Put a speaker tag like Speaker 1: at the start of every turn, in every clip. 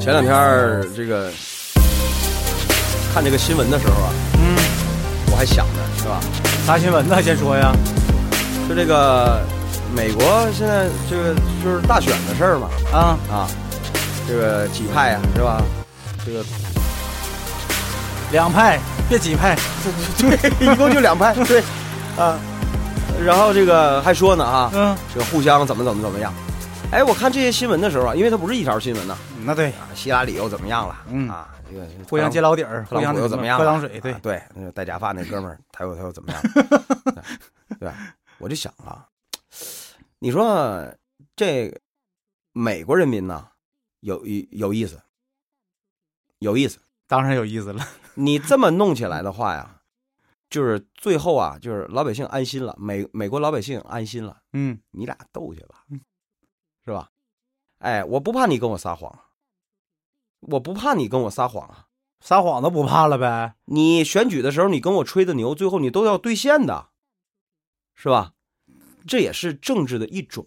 Speaker 1: 前两天儿这个看这个新闻的时候啊，
Speaker 2: 嗯，
Speaker 1: 我还想呢，是吧？
Speaker 2: 啥新闻呢？先说呀。
Speaker 1: 就这个美国现在这个就是大选的事儿嘛，
Speaker 2: 啊，
Speaker 1: 啊，这个几派啊，是吧？这个
Speaker 2: 两派，别几派。
Speaker 1: 一共就两 派，对，
Speaker 2: 啊，
Speaker 1: 然后这个还说呢啊，
Speaker 2: 嗯，
Speaker 1: 这个互相怎么怎么怎么样。哎，我看这些新闻的时候啊，因为它不是一条新闻呐、
Speaker 2: 那对，
Speaker 1: 啊，希拉里又怎么样了？
Speaker 2: 嗯
Speaker 1: 啊，这个
Speaker 2: 互相揭老底儿，
Speaker 1: 特
Speaker 2: 互
Speaker 1: 朗
Speaker 2: 相
Speaker 1: 普又怎么样
Speaker 2: 喝
Speaker 1: 了？
Speaker 2: 凉水，对
Speaker 1: 啊，对，那个戴假发那哥们儿，他又他又怎么样？对对，我就想啊，你说这美国人民呐，有有有意思，有意思。
Speaker 2: 当然有意思了。
Speaker 1: 你这么弄起来的话呀，就是最后啊，就是老百姓安心了，美美国老百姓安心了，
Speaker 2: 嗯，
Speaker 1: 你俩斗去吧，是吧？哎，我不怕你跟我撒谎，我不怕你跟我撒谎啊。
Speaker 2: 撒谎都不怕了呗。
Speaker 1: 你选举的时候你跟我吹的牛，最后你都要兑现的，是吧？这也是政治的一种。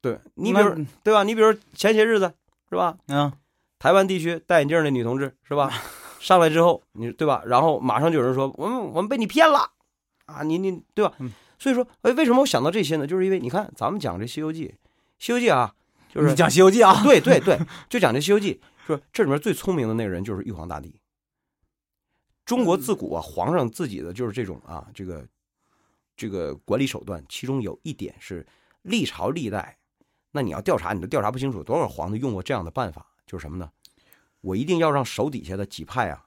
Speaker 1: 对你比如
Speaker 2: 那
Speaker 1: 对吧？你比如前些日子是吧？
Speaker 2: 嗯，
Speaker 1: 台湾地区戴眼镜的女同志是吧？上来之后你对吧？然后马上就有人说我们我们被你骗了啊！你你对吧
Speaker 2: 嗯？
Speaker 1: 所以说，哎，为什么我想到这些呢？就是因为你看咱们讲这《西游记》，《西游记》啊，就是
Speaker 2: 你讲《西游记》啊。
Speaker 1: 对对对，就讲这《西游记》，说这里面最聪明的那个人就是玉皇大帝。中国自古啊，皇上自己的就是这种啊，这个这个管理手段，其中有一点是历朝历代，那你要调查，你都调查不清楚多少皇帝用过这样的办法，就是什么呢？我一定要让手底下的几派啊，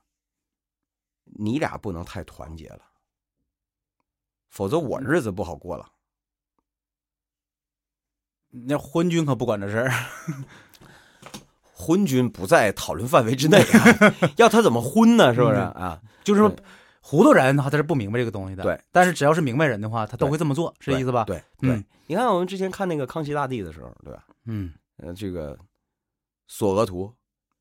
Speaker 1: 你俩不能太团结了，否则我日子不好过了。
Speaker 2: 那昏君可不管这事儿。
Speaker 1: 昏君不在讨论范围之内、啊，要他怎么昏呢？是不是啊？
Speaker 2: 就是说
Speaker 1: 对
Speaker 2: 糊涂人的话，他是不明白这个东西的。
Speaker 1: 对，
Speaker 2: 但是只要是明白人的话，他都会这么做，是这意思吧？，
Speaker 1: 对对，
Speaker 2: 嗯
Speaker 1: 你看我们之前看那个康熙大帝的时候，对吧？
Speaker 2: 嗯，
Speaker 1: 呃，这个索额图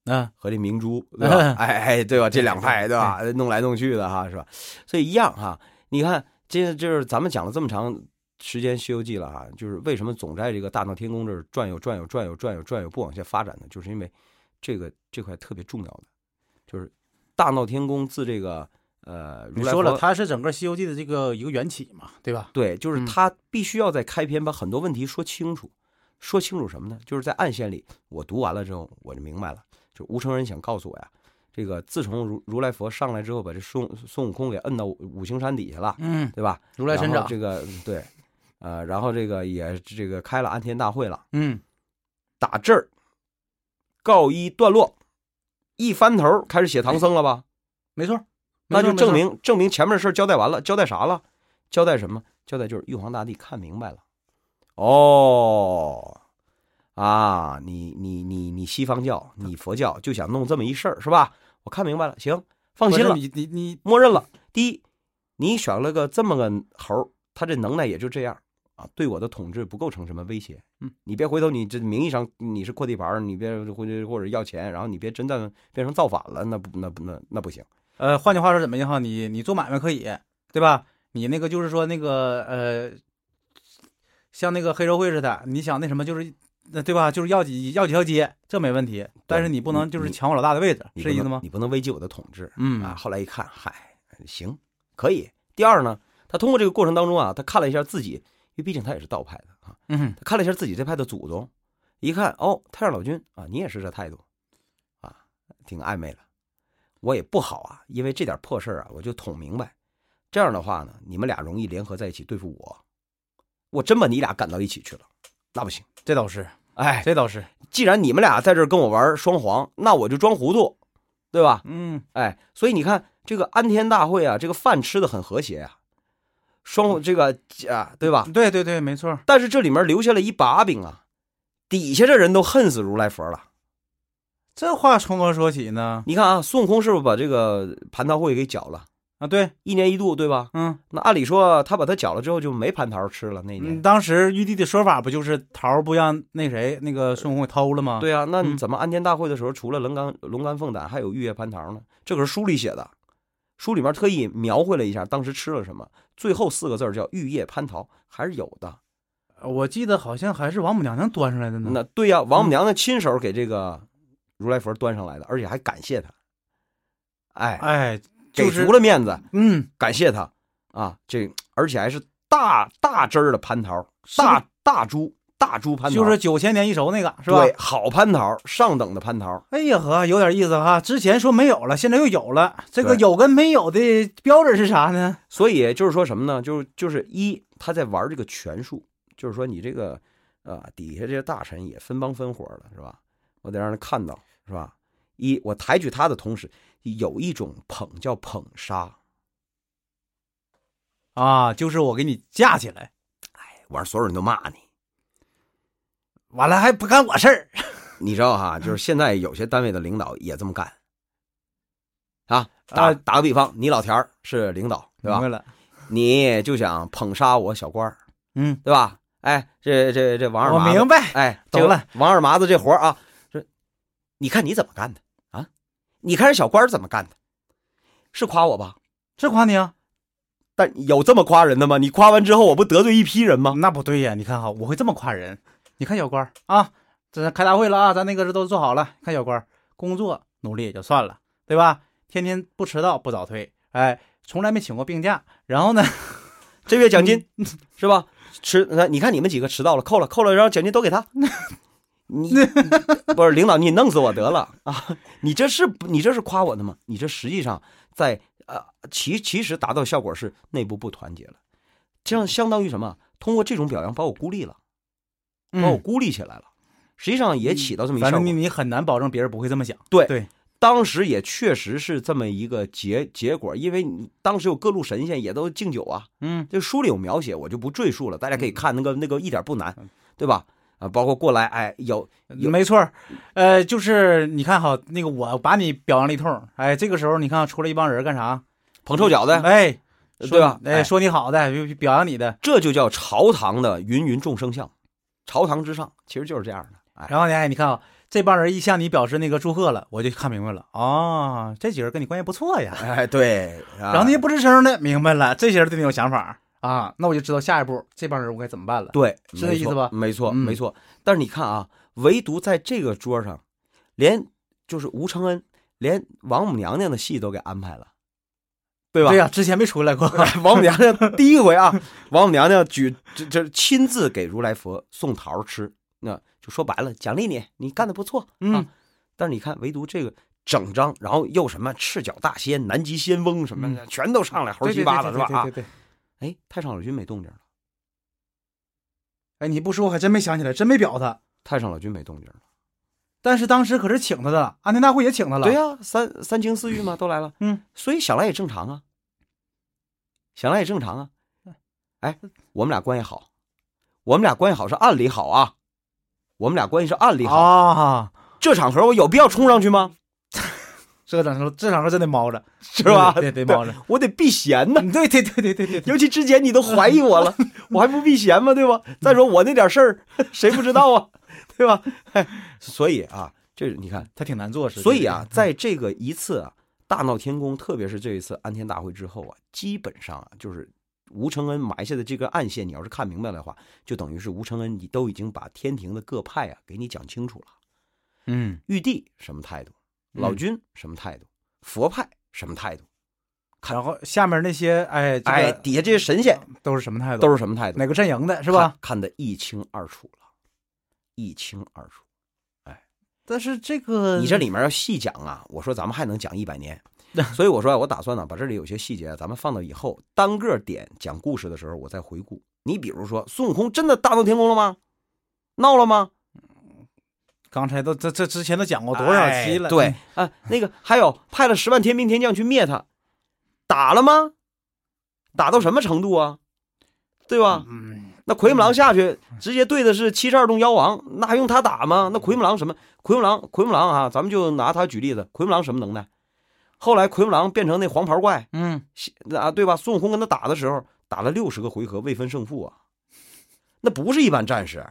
Speaker 2: 啊，
Speaker 1: 和这明珠，对 吧？哎哎，对吧？这两派，对吧？弄来弄去的哈，是吧？所以一样哈。你看，这就是咱们讲了这么长时间《西游记》了哈，就是为什么总在这个大闹天宫这儿转悠转悠转悠转悠转悠不往下发展呢？就是因为这个这块特别重要的，就是大闹天宫自这个呃如
Speaker 2: 你
Speaker 1: 来
Speaker 2: 说了，
Speaker 1: 佛
Speaker 2: 他是整个《西游记》的这个一个缘起嘛，对吧？
Speaker 1: 对，就是
Speaker 2: 嗯
Speaker 1: 他必须要在开篇把很多问题说清楚，说清楚什么呢？就是在暗线里，我读完了之后，我就明白了，就吴承恩想告诉我呀，这个自从如如来佛上来之后，把这孙悟孙悟空给摁到五五行山底下了，
Speaker 2: 嗯，
Speaker 1: 对吧？
Speaker 2: 如来神
Speaker 1: 然
Speaker 2: 掌
Speaker 1: 后，这个对，呃，然后这个也这个开了安天大会了，
Speaker 2: 嗯，
Speaker 1: 打这儿告一段落，一翻头开始写唐僧了吧？
Speaker 2: 没错，
Speaker 1: 那就
Speaker 2: 没错
Speaker 1: 证明证明前面的事儿交代完了，交代啥了？交代什么？交代就是玉皇大帝看明白了，哦，啊，你你你你西方教，你佛教就想弄这么一事儿是吧？我看明白了，行，放心
Speaker 2: 不是
Speaker 1: 了，
Speaker 2: 你你你
Speaker 1: 默认了。第一，你选了个这么个猴儿，他这能耐也就这样啊，对我的统治不构成什么威胁。
Speaker 2: 嗯，
Speaker 1: 你别回头，你这名义上你是扩地盘儿，你别或者或者要钱，然后你别真的变成造反了，那不那不那那不行。
Speaker 2: 呃，换句话说怎么样哈？你你做买卖可以，对吧？你那个就是说那个呃，像那个黑社会似的，你想那什么就是那对吧？就是要几要几条街，这没问题。但是你不能
Speaker 1: 你
Speaker 2: 就是
Speaker 1: 你
Speaker 2: 抢我老大的位置，
Speaker 1: 你
Speaker 2: 是
Speaker 1: 不
Speaker 2: 这意思
Speaker 1: 能
Speaker 2: 吗？
Speaker 1: 你不能危及我的统治
Speaker 2: 嗯
Speaker 1: 啊！后来一看，嗨，行，可以。第二呢，他通过这个过程当中啊，他看了一下自己，因为毕竟他也是道派的啊，
Speaker 2: 嗯
Speaker 1: 他看了一下自己这派的祖宗，一看哦，太上老君啊，你也是这态度啊，挺暧昧的。我也不好啊，因为这点破事儿啊，我就捅明白。这样的话呢，你们俩容易联合在一起对付我，我真把你俩赶到一起去了，那不行。
Speaker 2: 这倒是，
Speaker 1: 哎，
Speaker 2: 这倒是，
Speaker 1: 既然你们俩在这儿跟我玩双簧，那我就装糊涂，对吧？
Speaker 2: 嗯，
Speaker 1: 哎，所以你看这个安天大会啊，这个饭吃的很和谐啊，
Speaker 2: 嗯
Speaker 1: 双这个啊，对吧？
Speaker 2: 对对对，没错，
Speaker 1: 但是这里面留下了一把柄啊，底下这人都恨死如来佛了。
Speaker 2: 这话从何说起呢？
Speaker 1: 你看啊，孙悟空是不是把这个蟠桃会给搅了？
Speaker 2: 啊，对，
Speaker 1: 一年一度，对吧？
Speaker 2: 嗯，
Speaker 1: 那按理说他把它搅了之后就没蟠桃吃了那一
Speaker 2: 嗯
Speaker 1: 年。
Speaker 2: 当时玉帝的说法不就是桃儿不让那谁那个孙悟空给偷了吗？，
Speaker 1: 对啊，那你
Speaker 2: 嗯
Speaker 1: 怎么安天大会的时候，除了龙肝龙肝凤胆，还有玉液蟠桃呢？这可是书里写的，书里面特意描绘了一下当时吃了什么，最后四个字儿叫玉液蟠桃，还是有的。
Speaker 2: 我记得好像还是王母娘娘端出来的呢。
Speaker 1: 那对呀、王母
Speaker 2: 嗯
Speaker 1: 娘娘亲手给这个如来佛端上来的，而且还感谢他，哎，
Speaker 2: 哎，
Speaker 1: 给
Speaker 2: 就是
Speaker 1: 足了面子，
Speaker 2: 嗯，
Speaker 1: 感谢他啊，这而且还是大大枝儿的蟠桃，
Speaker 2: 是不是
Speaker 1: 大大株大株蟠桃，
Speaker 2: 就是九千年一熟那个是吧？
Speaker 1: 对，好蟠桃，上等的蟠桃，
Speaker 2: 哎呀呵，有点意思哈。之前说没有了，现在又有了，这个
Speaker 1: 对
Speaker 2: 有跟没有的标准是啥呢？
Speaker 1: 所以就是说什么呢？就是就是一，他在玩这个权术，就是说你这个呃底下这些大臣也分帮分伙了，是吧？我得让人看到，是吧？一，我抬举他的同时，有一种捧叫捧杀，
Speaker 2: 啊，就是我给你架起来，
Speaker 1: 完所有人都骂你，
Speaker 2: 完了还不干我事儿。
Speaker 1: 你知道
Speaker 2: 嗯
Speaker 1: 哈？就是现在有些单位的领导也这么干。啊，打
Speaker 2: 啊嗯
Speaker 1: 打个比方，你老田儿是领导，对
Speaker 2: 明白
Speaker 1: 吧？
Speaker 2: 了，
Speaker 1: 你就想捧杀我小官儿，
Speaker 2: 嗯，
Speaker 1: 对吧？哎，这这这王二
Speaker 2: 我
Speaker 1: 麻子
Speaker 2: 明白。
Speaker 1: 哎，
Speaker 2: 懂
Speaker 1: 这个
Speaker 2: 了。
Speaker 1: 王二麻子这活儿啊，说，你看你怎么干的啊？你看人小官儿怎么干的？是夸我吧？
Speaker 2: 是夸你啊？
Speaker 1: 但有这么夸人的吗？你夸完之后，我不得罪一批人吗？
Speaker 2: 哦那不对呀，你看哈，我会这么夸人。你看小官儿啊，这开大会了啊，咱那个都做好了。看小官儿工作努力也就算了，对吧？天天不迟到不早退，哎，从来没请过病假。然后呢，
Speaker 1: 这月奖金、
Speaker 2: 嗯
Speaker 1: 是吧？迟，那你看你们几个迟到了，扣了，扣了，然后奖金都给 他。你不是领导，你弄死我得了啊！你这是你这是夸我的吗？你这实际上在呃，其其实达到效果是内部不团结了，这样相当于什么？通过这种表扬把我孤立了。把我
Speaker 2: 嗯，
Speaker 1: 孤立起来了。实际上也起到这么一个
Speaker 2: 反
Speaker 1: 效
Speaker 2: 正
Speaker 1: 果
Speaker 2: 你，你很难保证别人不会这么想。
Speaker 1: 当时也确实是这么一个结结果，因为你当时有各路神仙也都敬酒啊，
Speaker 2: 嗯，
Speaker 1: 这书里有描写，我就不赘述了，大家可以看那个那个一点不
Speaker 2: 嗯
Speaker 1: 难，对吧？啊，包括过来，哎，有有
Speaker 2: 没错儿，呃，就是你看哈，那个我把你表扬了一通，哎，这个时候你看出来一帮人干啥？
Speaker 1: 捧臭脚的，
Speaker 2: 哎，说
Speaker 1: 对吧？
Speaker 2: 哎，
Speaker 1: 哎，
Speaker 2: 说你好的，就表扬你的，
Speaker 1: 这就叫朝堂的芸芸众生相，朝堂之上其实就是这样 的。哎，
Speaker 2: 然后呢，哎，你看啊，这帮人一向你表示那个祝贺了，我就看明白了，啊，这几个人跟你关系不错呀。
Speaker 1: 哎，对，
Speaker 2: 然
Speaker 1: 然
Speaker 2: 后呢，也不吱声的，明白了，这些人对你有想法啊，那我就知道下一步这帮人我该怎么办了。
Speaker 1: 对，
Speaker 2: 是这
Speaker 1: 没
Speaker 2: 意
Speaker 1: 错
Speaker 2: 思吧
Speaker 1: 没错，
Speaker 2: 嗯
Speaker 1: 没错。但是你看啊，唯独在这个桌上，连就是吴承恩，连王母娘娘的戏都给安排了，对吧？
Speaker 2: 对呀、之前没出 来过。
Speaker 1: 王母娘娘第一回啊，王母娘娘举这这亲自给如来佛送桃吃，那就说白了奖励你，你干的不错。
Speaker 2: 嗯
Speaker 1: 啊，但是你看，唯独这个整章，然后又什么赤脚大仙、南极仙翁什么的，全都上来猴
Speaker 2: 嗯对
Speaker 1: 七
Speaker 2: 对
Speaker 1: 八
Speaker 2: 对
Speaker 1: 的是
Speaker 2: 对
Speaker 1: 吧？
Speaker 2: 对
Speaker 1: 啊
Speaker 2: 对，对对。
Speaker 1: 哎，太上老君没动静了，
Speaker 2: 哎，你不说我还真没想起来，真没表他。
Speaker 1: 太上老君没动静了。
Speaker 2: 但是当时可是请他的，安天大会也请他了。
Speaker 1: 对呀、三三情四欲嘛，都来了。
Speaker 2: 嗯，
Speaker 1: 所以想来也正常啊，想来也正常啊。
Speaker 2: 嗯
Speaker 1: 哎，我们俩关系好，我们俩关系好是按理好啊，我们俩关系是按理好。
Speaker 2: 啊，
Speaker 1: 这场合我有必要冲上去吗？
Speaker 2: 这场合这场合真得猫着，
Speaker 1: 是吧？
Speaker 2: 对对，猫着。
Speaker 1: 我得避嫌呢。
Speaker 2: 嗯对对对对对对，
Speaker 1: 尤其之前你都怀疑我了， 我还不避嫌吗？对吧？再说我那点事 儿，谁不知道啊？对吧？哎， 所以啊，这你看，
Speaker 2: 他挺难做事。
Speaker 1: 所以啊，在这个一次啊大闹天宫，特别是这一次安天大会之后啊，基本上啊就是吴承恩埋下的这个暗线，你要是看明白的话，就等于是吴承恩你都已经把天庭的各派啊给你讲清楚了。
Speaker 2: 嗯，
Speaker 1: 玉帝什么态度，
Speaker 2: 嗯
Speaker 1: 老君什么态度，佛派什么态度，
Speaker 2: 然后下面那些哎，这个
Speaker 1: 哎，底下这些神仙
Speaker 2: 都是什么态度？
Speaker 1: 都
Speaker 2: 是
Speaker 1: 是什么态度，
Speaker 2: 哪个阵营的是
Speaker 1: 是
Speaker 2: 吧？？
Speaker 1: 看得一清二楚了，一清二楚。
Speaker 2: 但是这个
Speaker 1: 你这里面要细讲啊，我说咱们还能讲一百年，
Speaker 2: 嗯
Speaker 1: 所以我说啊我打算呢、把这里有些细节啊咱们放到以后单个点讲故事的时候我再回顾。你比如说，孙悟空真的大闹天宫了吗？闹了吗？
Speaker 2: 刚才都这这之前都讲过哦多少期了？
Speaker 1: 哎
Speaker 2: 嗯
Speaker 1: 对，啊，那个还有派了十万天兵天将去灭他，打了吗？打到什么程度啊？对吧？
Speaker 2: 嗯，
Speaker 1: 那奎木狼下去，直接对的是七十二洞妖王，那还用他打吗？那奎木狼什么？奎木狼，奎木狼啊，咱们就拿他举例子，奎木狼什么能耐？后来奎木狼变成那黄袍怪
Speaker 2: 嗯
Speaker 1: 啊，对吧？孙悟空跟他打的时候，打了六十个回合，未分胜负啊，那不是一般战士。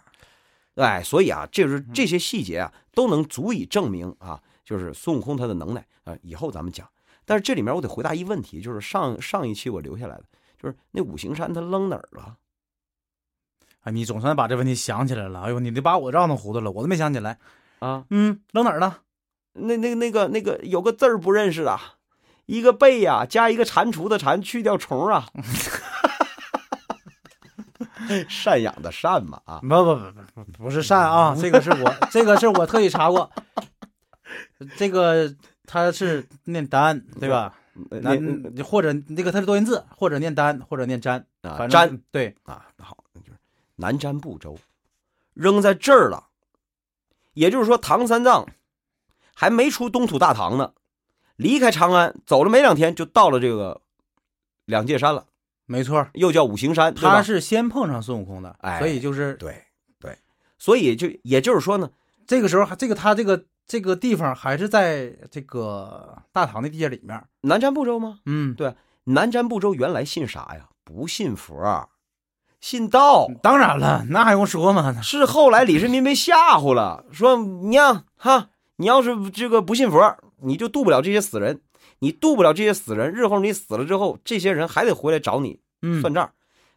Speaker 1: 哎，所以啊，就是这些细节啊，都能足以证明啊，就是孙悟空他的能耐啊。以后咱们讲，但是这里面我得回答一问题，就是上上一期我留下来的，就是那五行山他扔哪儿了？
Speaker 2: 啊，你总算把这问题想起来了。哎呦，你得把我绕弄糊涂了，我都没想起来。
Speaker 1: 啊，
Speaker 2: 嗯，扔哪儿了？
Speaker 1: 那那那个那个有个字儿不认识的，一个贝呀、加一个蟾蜍的蟾，去掉虫啊。 赡养的赡嘛啊，
Speaker 2: 不不不不不是善
Speaker 1: 嗯
Speaker 2: 啊，这个是我这个是我特意查过，这个它是念丹对吧？
Speaker 1: 呃
Speaker 2: 南
Speaker 1: 那
Speaker 2: 或者那个它是多音字，或者念丹，或者念詹，
Speaker 1: 啊
Speaker 2: 反正
Speaker 1: 占
Speaker 2: 对，
Speaker 1: 啊，好，那就是南瞻部洲，扔在这儿了。也就是说，唐三藏还没出东土大唐呢，离开长安走了没两天，就到了这个两界山了，
Speaker 2: 没错儿，
Speaker 1: 又叫五行山，对吧
Speaker 2: 他是先碰上孙悟空的，
Speaker 1: 哎
Speaker 2: 所以就是
Speaker 1: 对对，所以就也就是说呢，
Speaker 2: 这个时候还这个他这个这个地方还是在这个大唐的地界里面，
Speaker 1: 南瞻部洲吗？
Speaker 2: 嗯，
Speaker 1: 南瞻部洲原来信啥呀？不信佛，信道。
Speaker 2: 当然了，那还用说吗？
Speaker 1: 是后来李世民被吓唬了，说你呀哈，你要是这个不信佛，你就渡不了这些死人，你渡不了这些死人，日后你死了之后，这些人还得回来找你
Speaker 2: 嗯，
Speaker 1: 算账，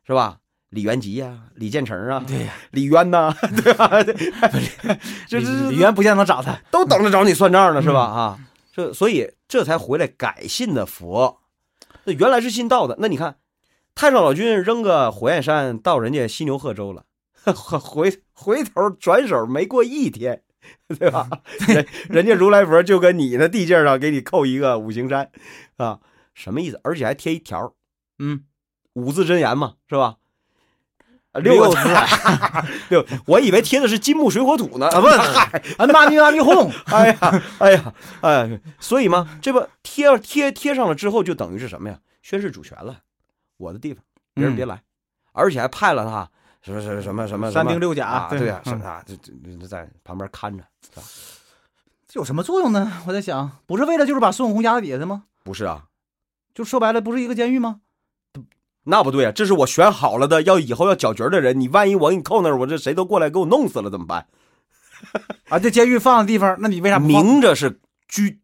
Speaker 1: 是吧？李元吉呀、李建成啊，
Speaker 2: 对呀，
Speaker 1: 李渊呐、 对 吧？这这
Speaker 2: 李
Speaker 1: 这
Speaker 2: 李渊不见得找他，
Speaker 1: 都等着找你算账呢，是吧？啊，这所以这才回来改信的佛，那原来是信道的。那你看，太上老君扔个火焰山到人家犀牛贺州了， 回回头转手没过一天， 对吧？人人家如来佛就跟你的地界上给你扣一个五行山，啊，什么意思？而且还贴一条
Speaker 2: 嗯，
Speaker 1: 五字真言嘛，是吧？啊
Speaker 2: 六
Speaker 1: 六
Speaker 2: 个
Speaker 1: 字， 六，我以为贴的是金木水火土呢。
Speaker 2: 啊不，安妈咪阿 咪哄，
Speaker 1: 哎呀，哎呀，哎，所以嘛，这不贴贴贴上了之后，就等于是什么呀？宣誓主权了，我的地方，别
Speaker 2: 嗯
Speaker 1: 人别来，而且还派了他什么什么什么什么
Speaker 2: 三兵六
Speaker 1: 甲
Speaker 2: 甲，
Speaker 1: 对呀，是
Speaker 2: 嗯
Speaker 1: 啊，这这这在旁边看着，是吧
Speaker 2: 这有什么作用呢？我在想，不是为了就是把孙悟空压在底下的吗？
Speaker 1: 不是啊？
Speaker 2: 就说白了，不是一个监狱吗？
Speaker 1: 那不对啊，这是我选好了的，要以后要搅局儿的人，你万一我给你扣那儿，我这谁都过来给我弄死了怎么办？
Speaker 2: 啊，这监狱放的地方，那你为啥哎不放？
Speaker 1: 明着是拘，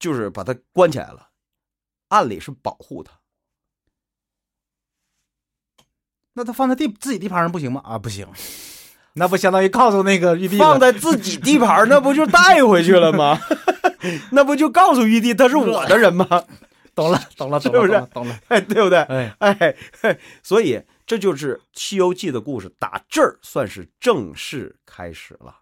Speaker 1: 就是把他关起来了，暗里是保护他。
Speaker 2: 那他放在地自己地盘上不行吗？啊，不行， 那不相当于告诉那个玉帝了
Speaker 1: 放在自己地盘儿，那不就带回去了吗？那不就告诉玉帝他是我的人吗？
Speaker 2: 懂了，懂 了，
Speaker 1: 是
Speaker 2: 懂了，
Speaker 1: 不是
Speaker 2: 懂了懂了。
Speaker 1: 哎，对不对？
Speaker 2: 哎，
Speaker 1: 哎， 嘿所以这就是《西游记》的故事，打这儿算是正式开始了。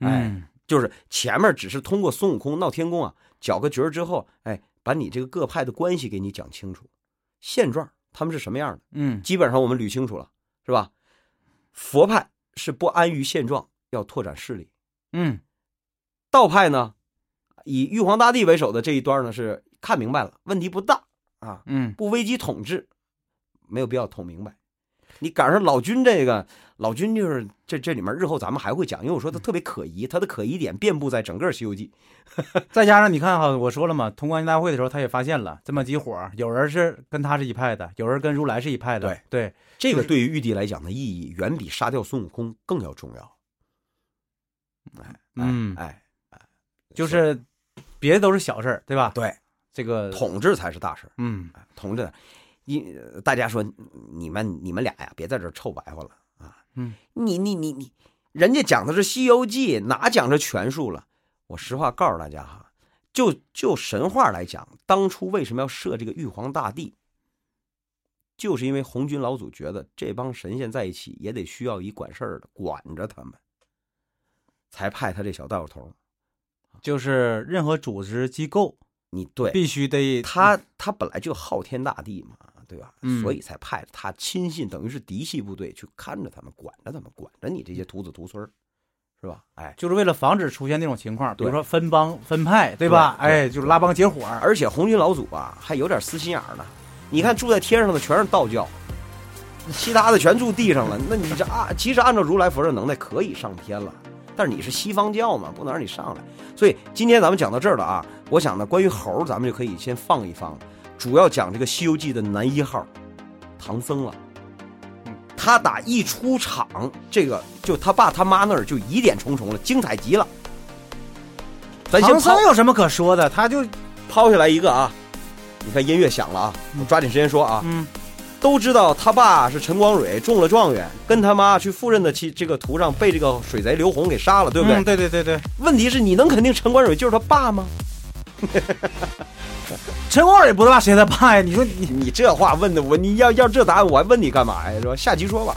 Speaker 1: 哎
Speaker 2: 嗯，
Speaker 1: 就是前面只是通过孙悟空闹天宫啊，搅个局儿之后，哎，把你这个各派的关系给你讲清楚，现状他们是什么样的。
Speaker 2: 嗯，
Speaker 1: 基本上我们捋清楚了，是吧？佛派是不安于现状，要拓展势力；
Speaker 2: 嗯，
Speaker 1: 道派呢，以玉皇大帝为首的这一端呢是看明白了，问题不大啊，
Speaker 2: 嗯，
Speaker 1: 不危及统治，没有必要捅明白。你赶上老君这个，老君就是这这里面日后咱们还会讲，因为我说他特别可疑，他的可疑点遍布在整个《西游记》。
Speaker 2: 再加上你看哈，我说了嘛，潼关大会的时候，他也发现了这么几伙儿，有人是跟他是一派的，有人跟如来是一派的，对
Speaker 1: 这个对于玉帝来讲的意义，远比杀掉孙悟空更要重要。哎
Speaker 2: 嗯
Speaker 1: 哎，哎
Speaker 2: 就是别的都是小事儿，对吧？
Speaker 1: 对，
Speaker 2: 这个，
Speaker 1: 统治才是大事儿。
Speaker 2: 嗯，
Speaker 1: 同志，一大家说你们你们俩呀，别在这儿臭白话了啊！
Speaker 2: 嗯，
Speaker 1: 你你你你，人家讲的是《西游记》，哪讲这全术了？我实话告诉大家哈，就就神话来讲，当初为什么要设这个玉皇大帝，就是因为红军老祖觉得这帮神仙在一起也得需要一管事儿的管着他们，才派他这小道头儿。
Speaker 2: 就是任何组织机构
Speaker 1: 你对
Speaker 2: 必须得
Speaker 1: 他他本来就昊天大帝嘛，对吧？
Speaker 2: 嗯
Speaker 1: 所以才派他亲信，等于是嫡系部队去看着他们，管着他们，管着你这些徒子徒孙儿是吧？哎，
Speaker 2: 就是为了防止出现那种情况，比如
Speaker 1: 对
Speaker 2: 说分帮分派，对吧？
Speaker 1: 对对
Speaker 2: 哎，就是拉帮结伙儿，
Speaker 1: 而且红军老祖啊，还有点私心眼儿呢。你
Speaker 2: 嗯
Speaker 1: 看住在天上的全是道教，其他的全住地 上了。那你这啊，其实按照如来佛的能耐，可以上天了。但是你是西方教嘛，不能让你上来。所以今天咱们讲到这儿了啊，我想呢，关于猴儿咱们就可以先放一放，主要讲这个《西游记》的男一号唐僧了
Speaker 2: 嗯。
Speaker 1: 他打一出场，这个就他爸他妈那儿就疑点重重了，精彩极了。咱先
Speaker 2: 唐
Speaker 1: 抛
Speaker 2: 僧有什么可说的？他就
Speaker 1: 抛下来一个啊，你看音乐响了啊，我抓紧时间说啊，
Speaker 2: 嗯
Speaker 1: 都知道他爸是陈光蕊中了状元，跟他妈去赴任的其这个途上被这个水贼刘洪给杀了，对不对？
Speaker 2: 嗯对对对对，
Speaker 1: 问题是你能肯定陈光蕊就是他爸吗？
Speaker 2: 陈光蕊不知道谁他爸呀？你说你
Speaker 1: 你这话问的我，你要要这答案我还问你干嘛呀？是吧？下集说吧。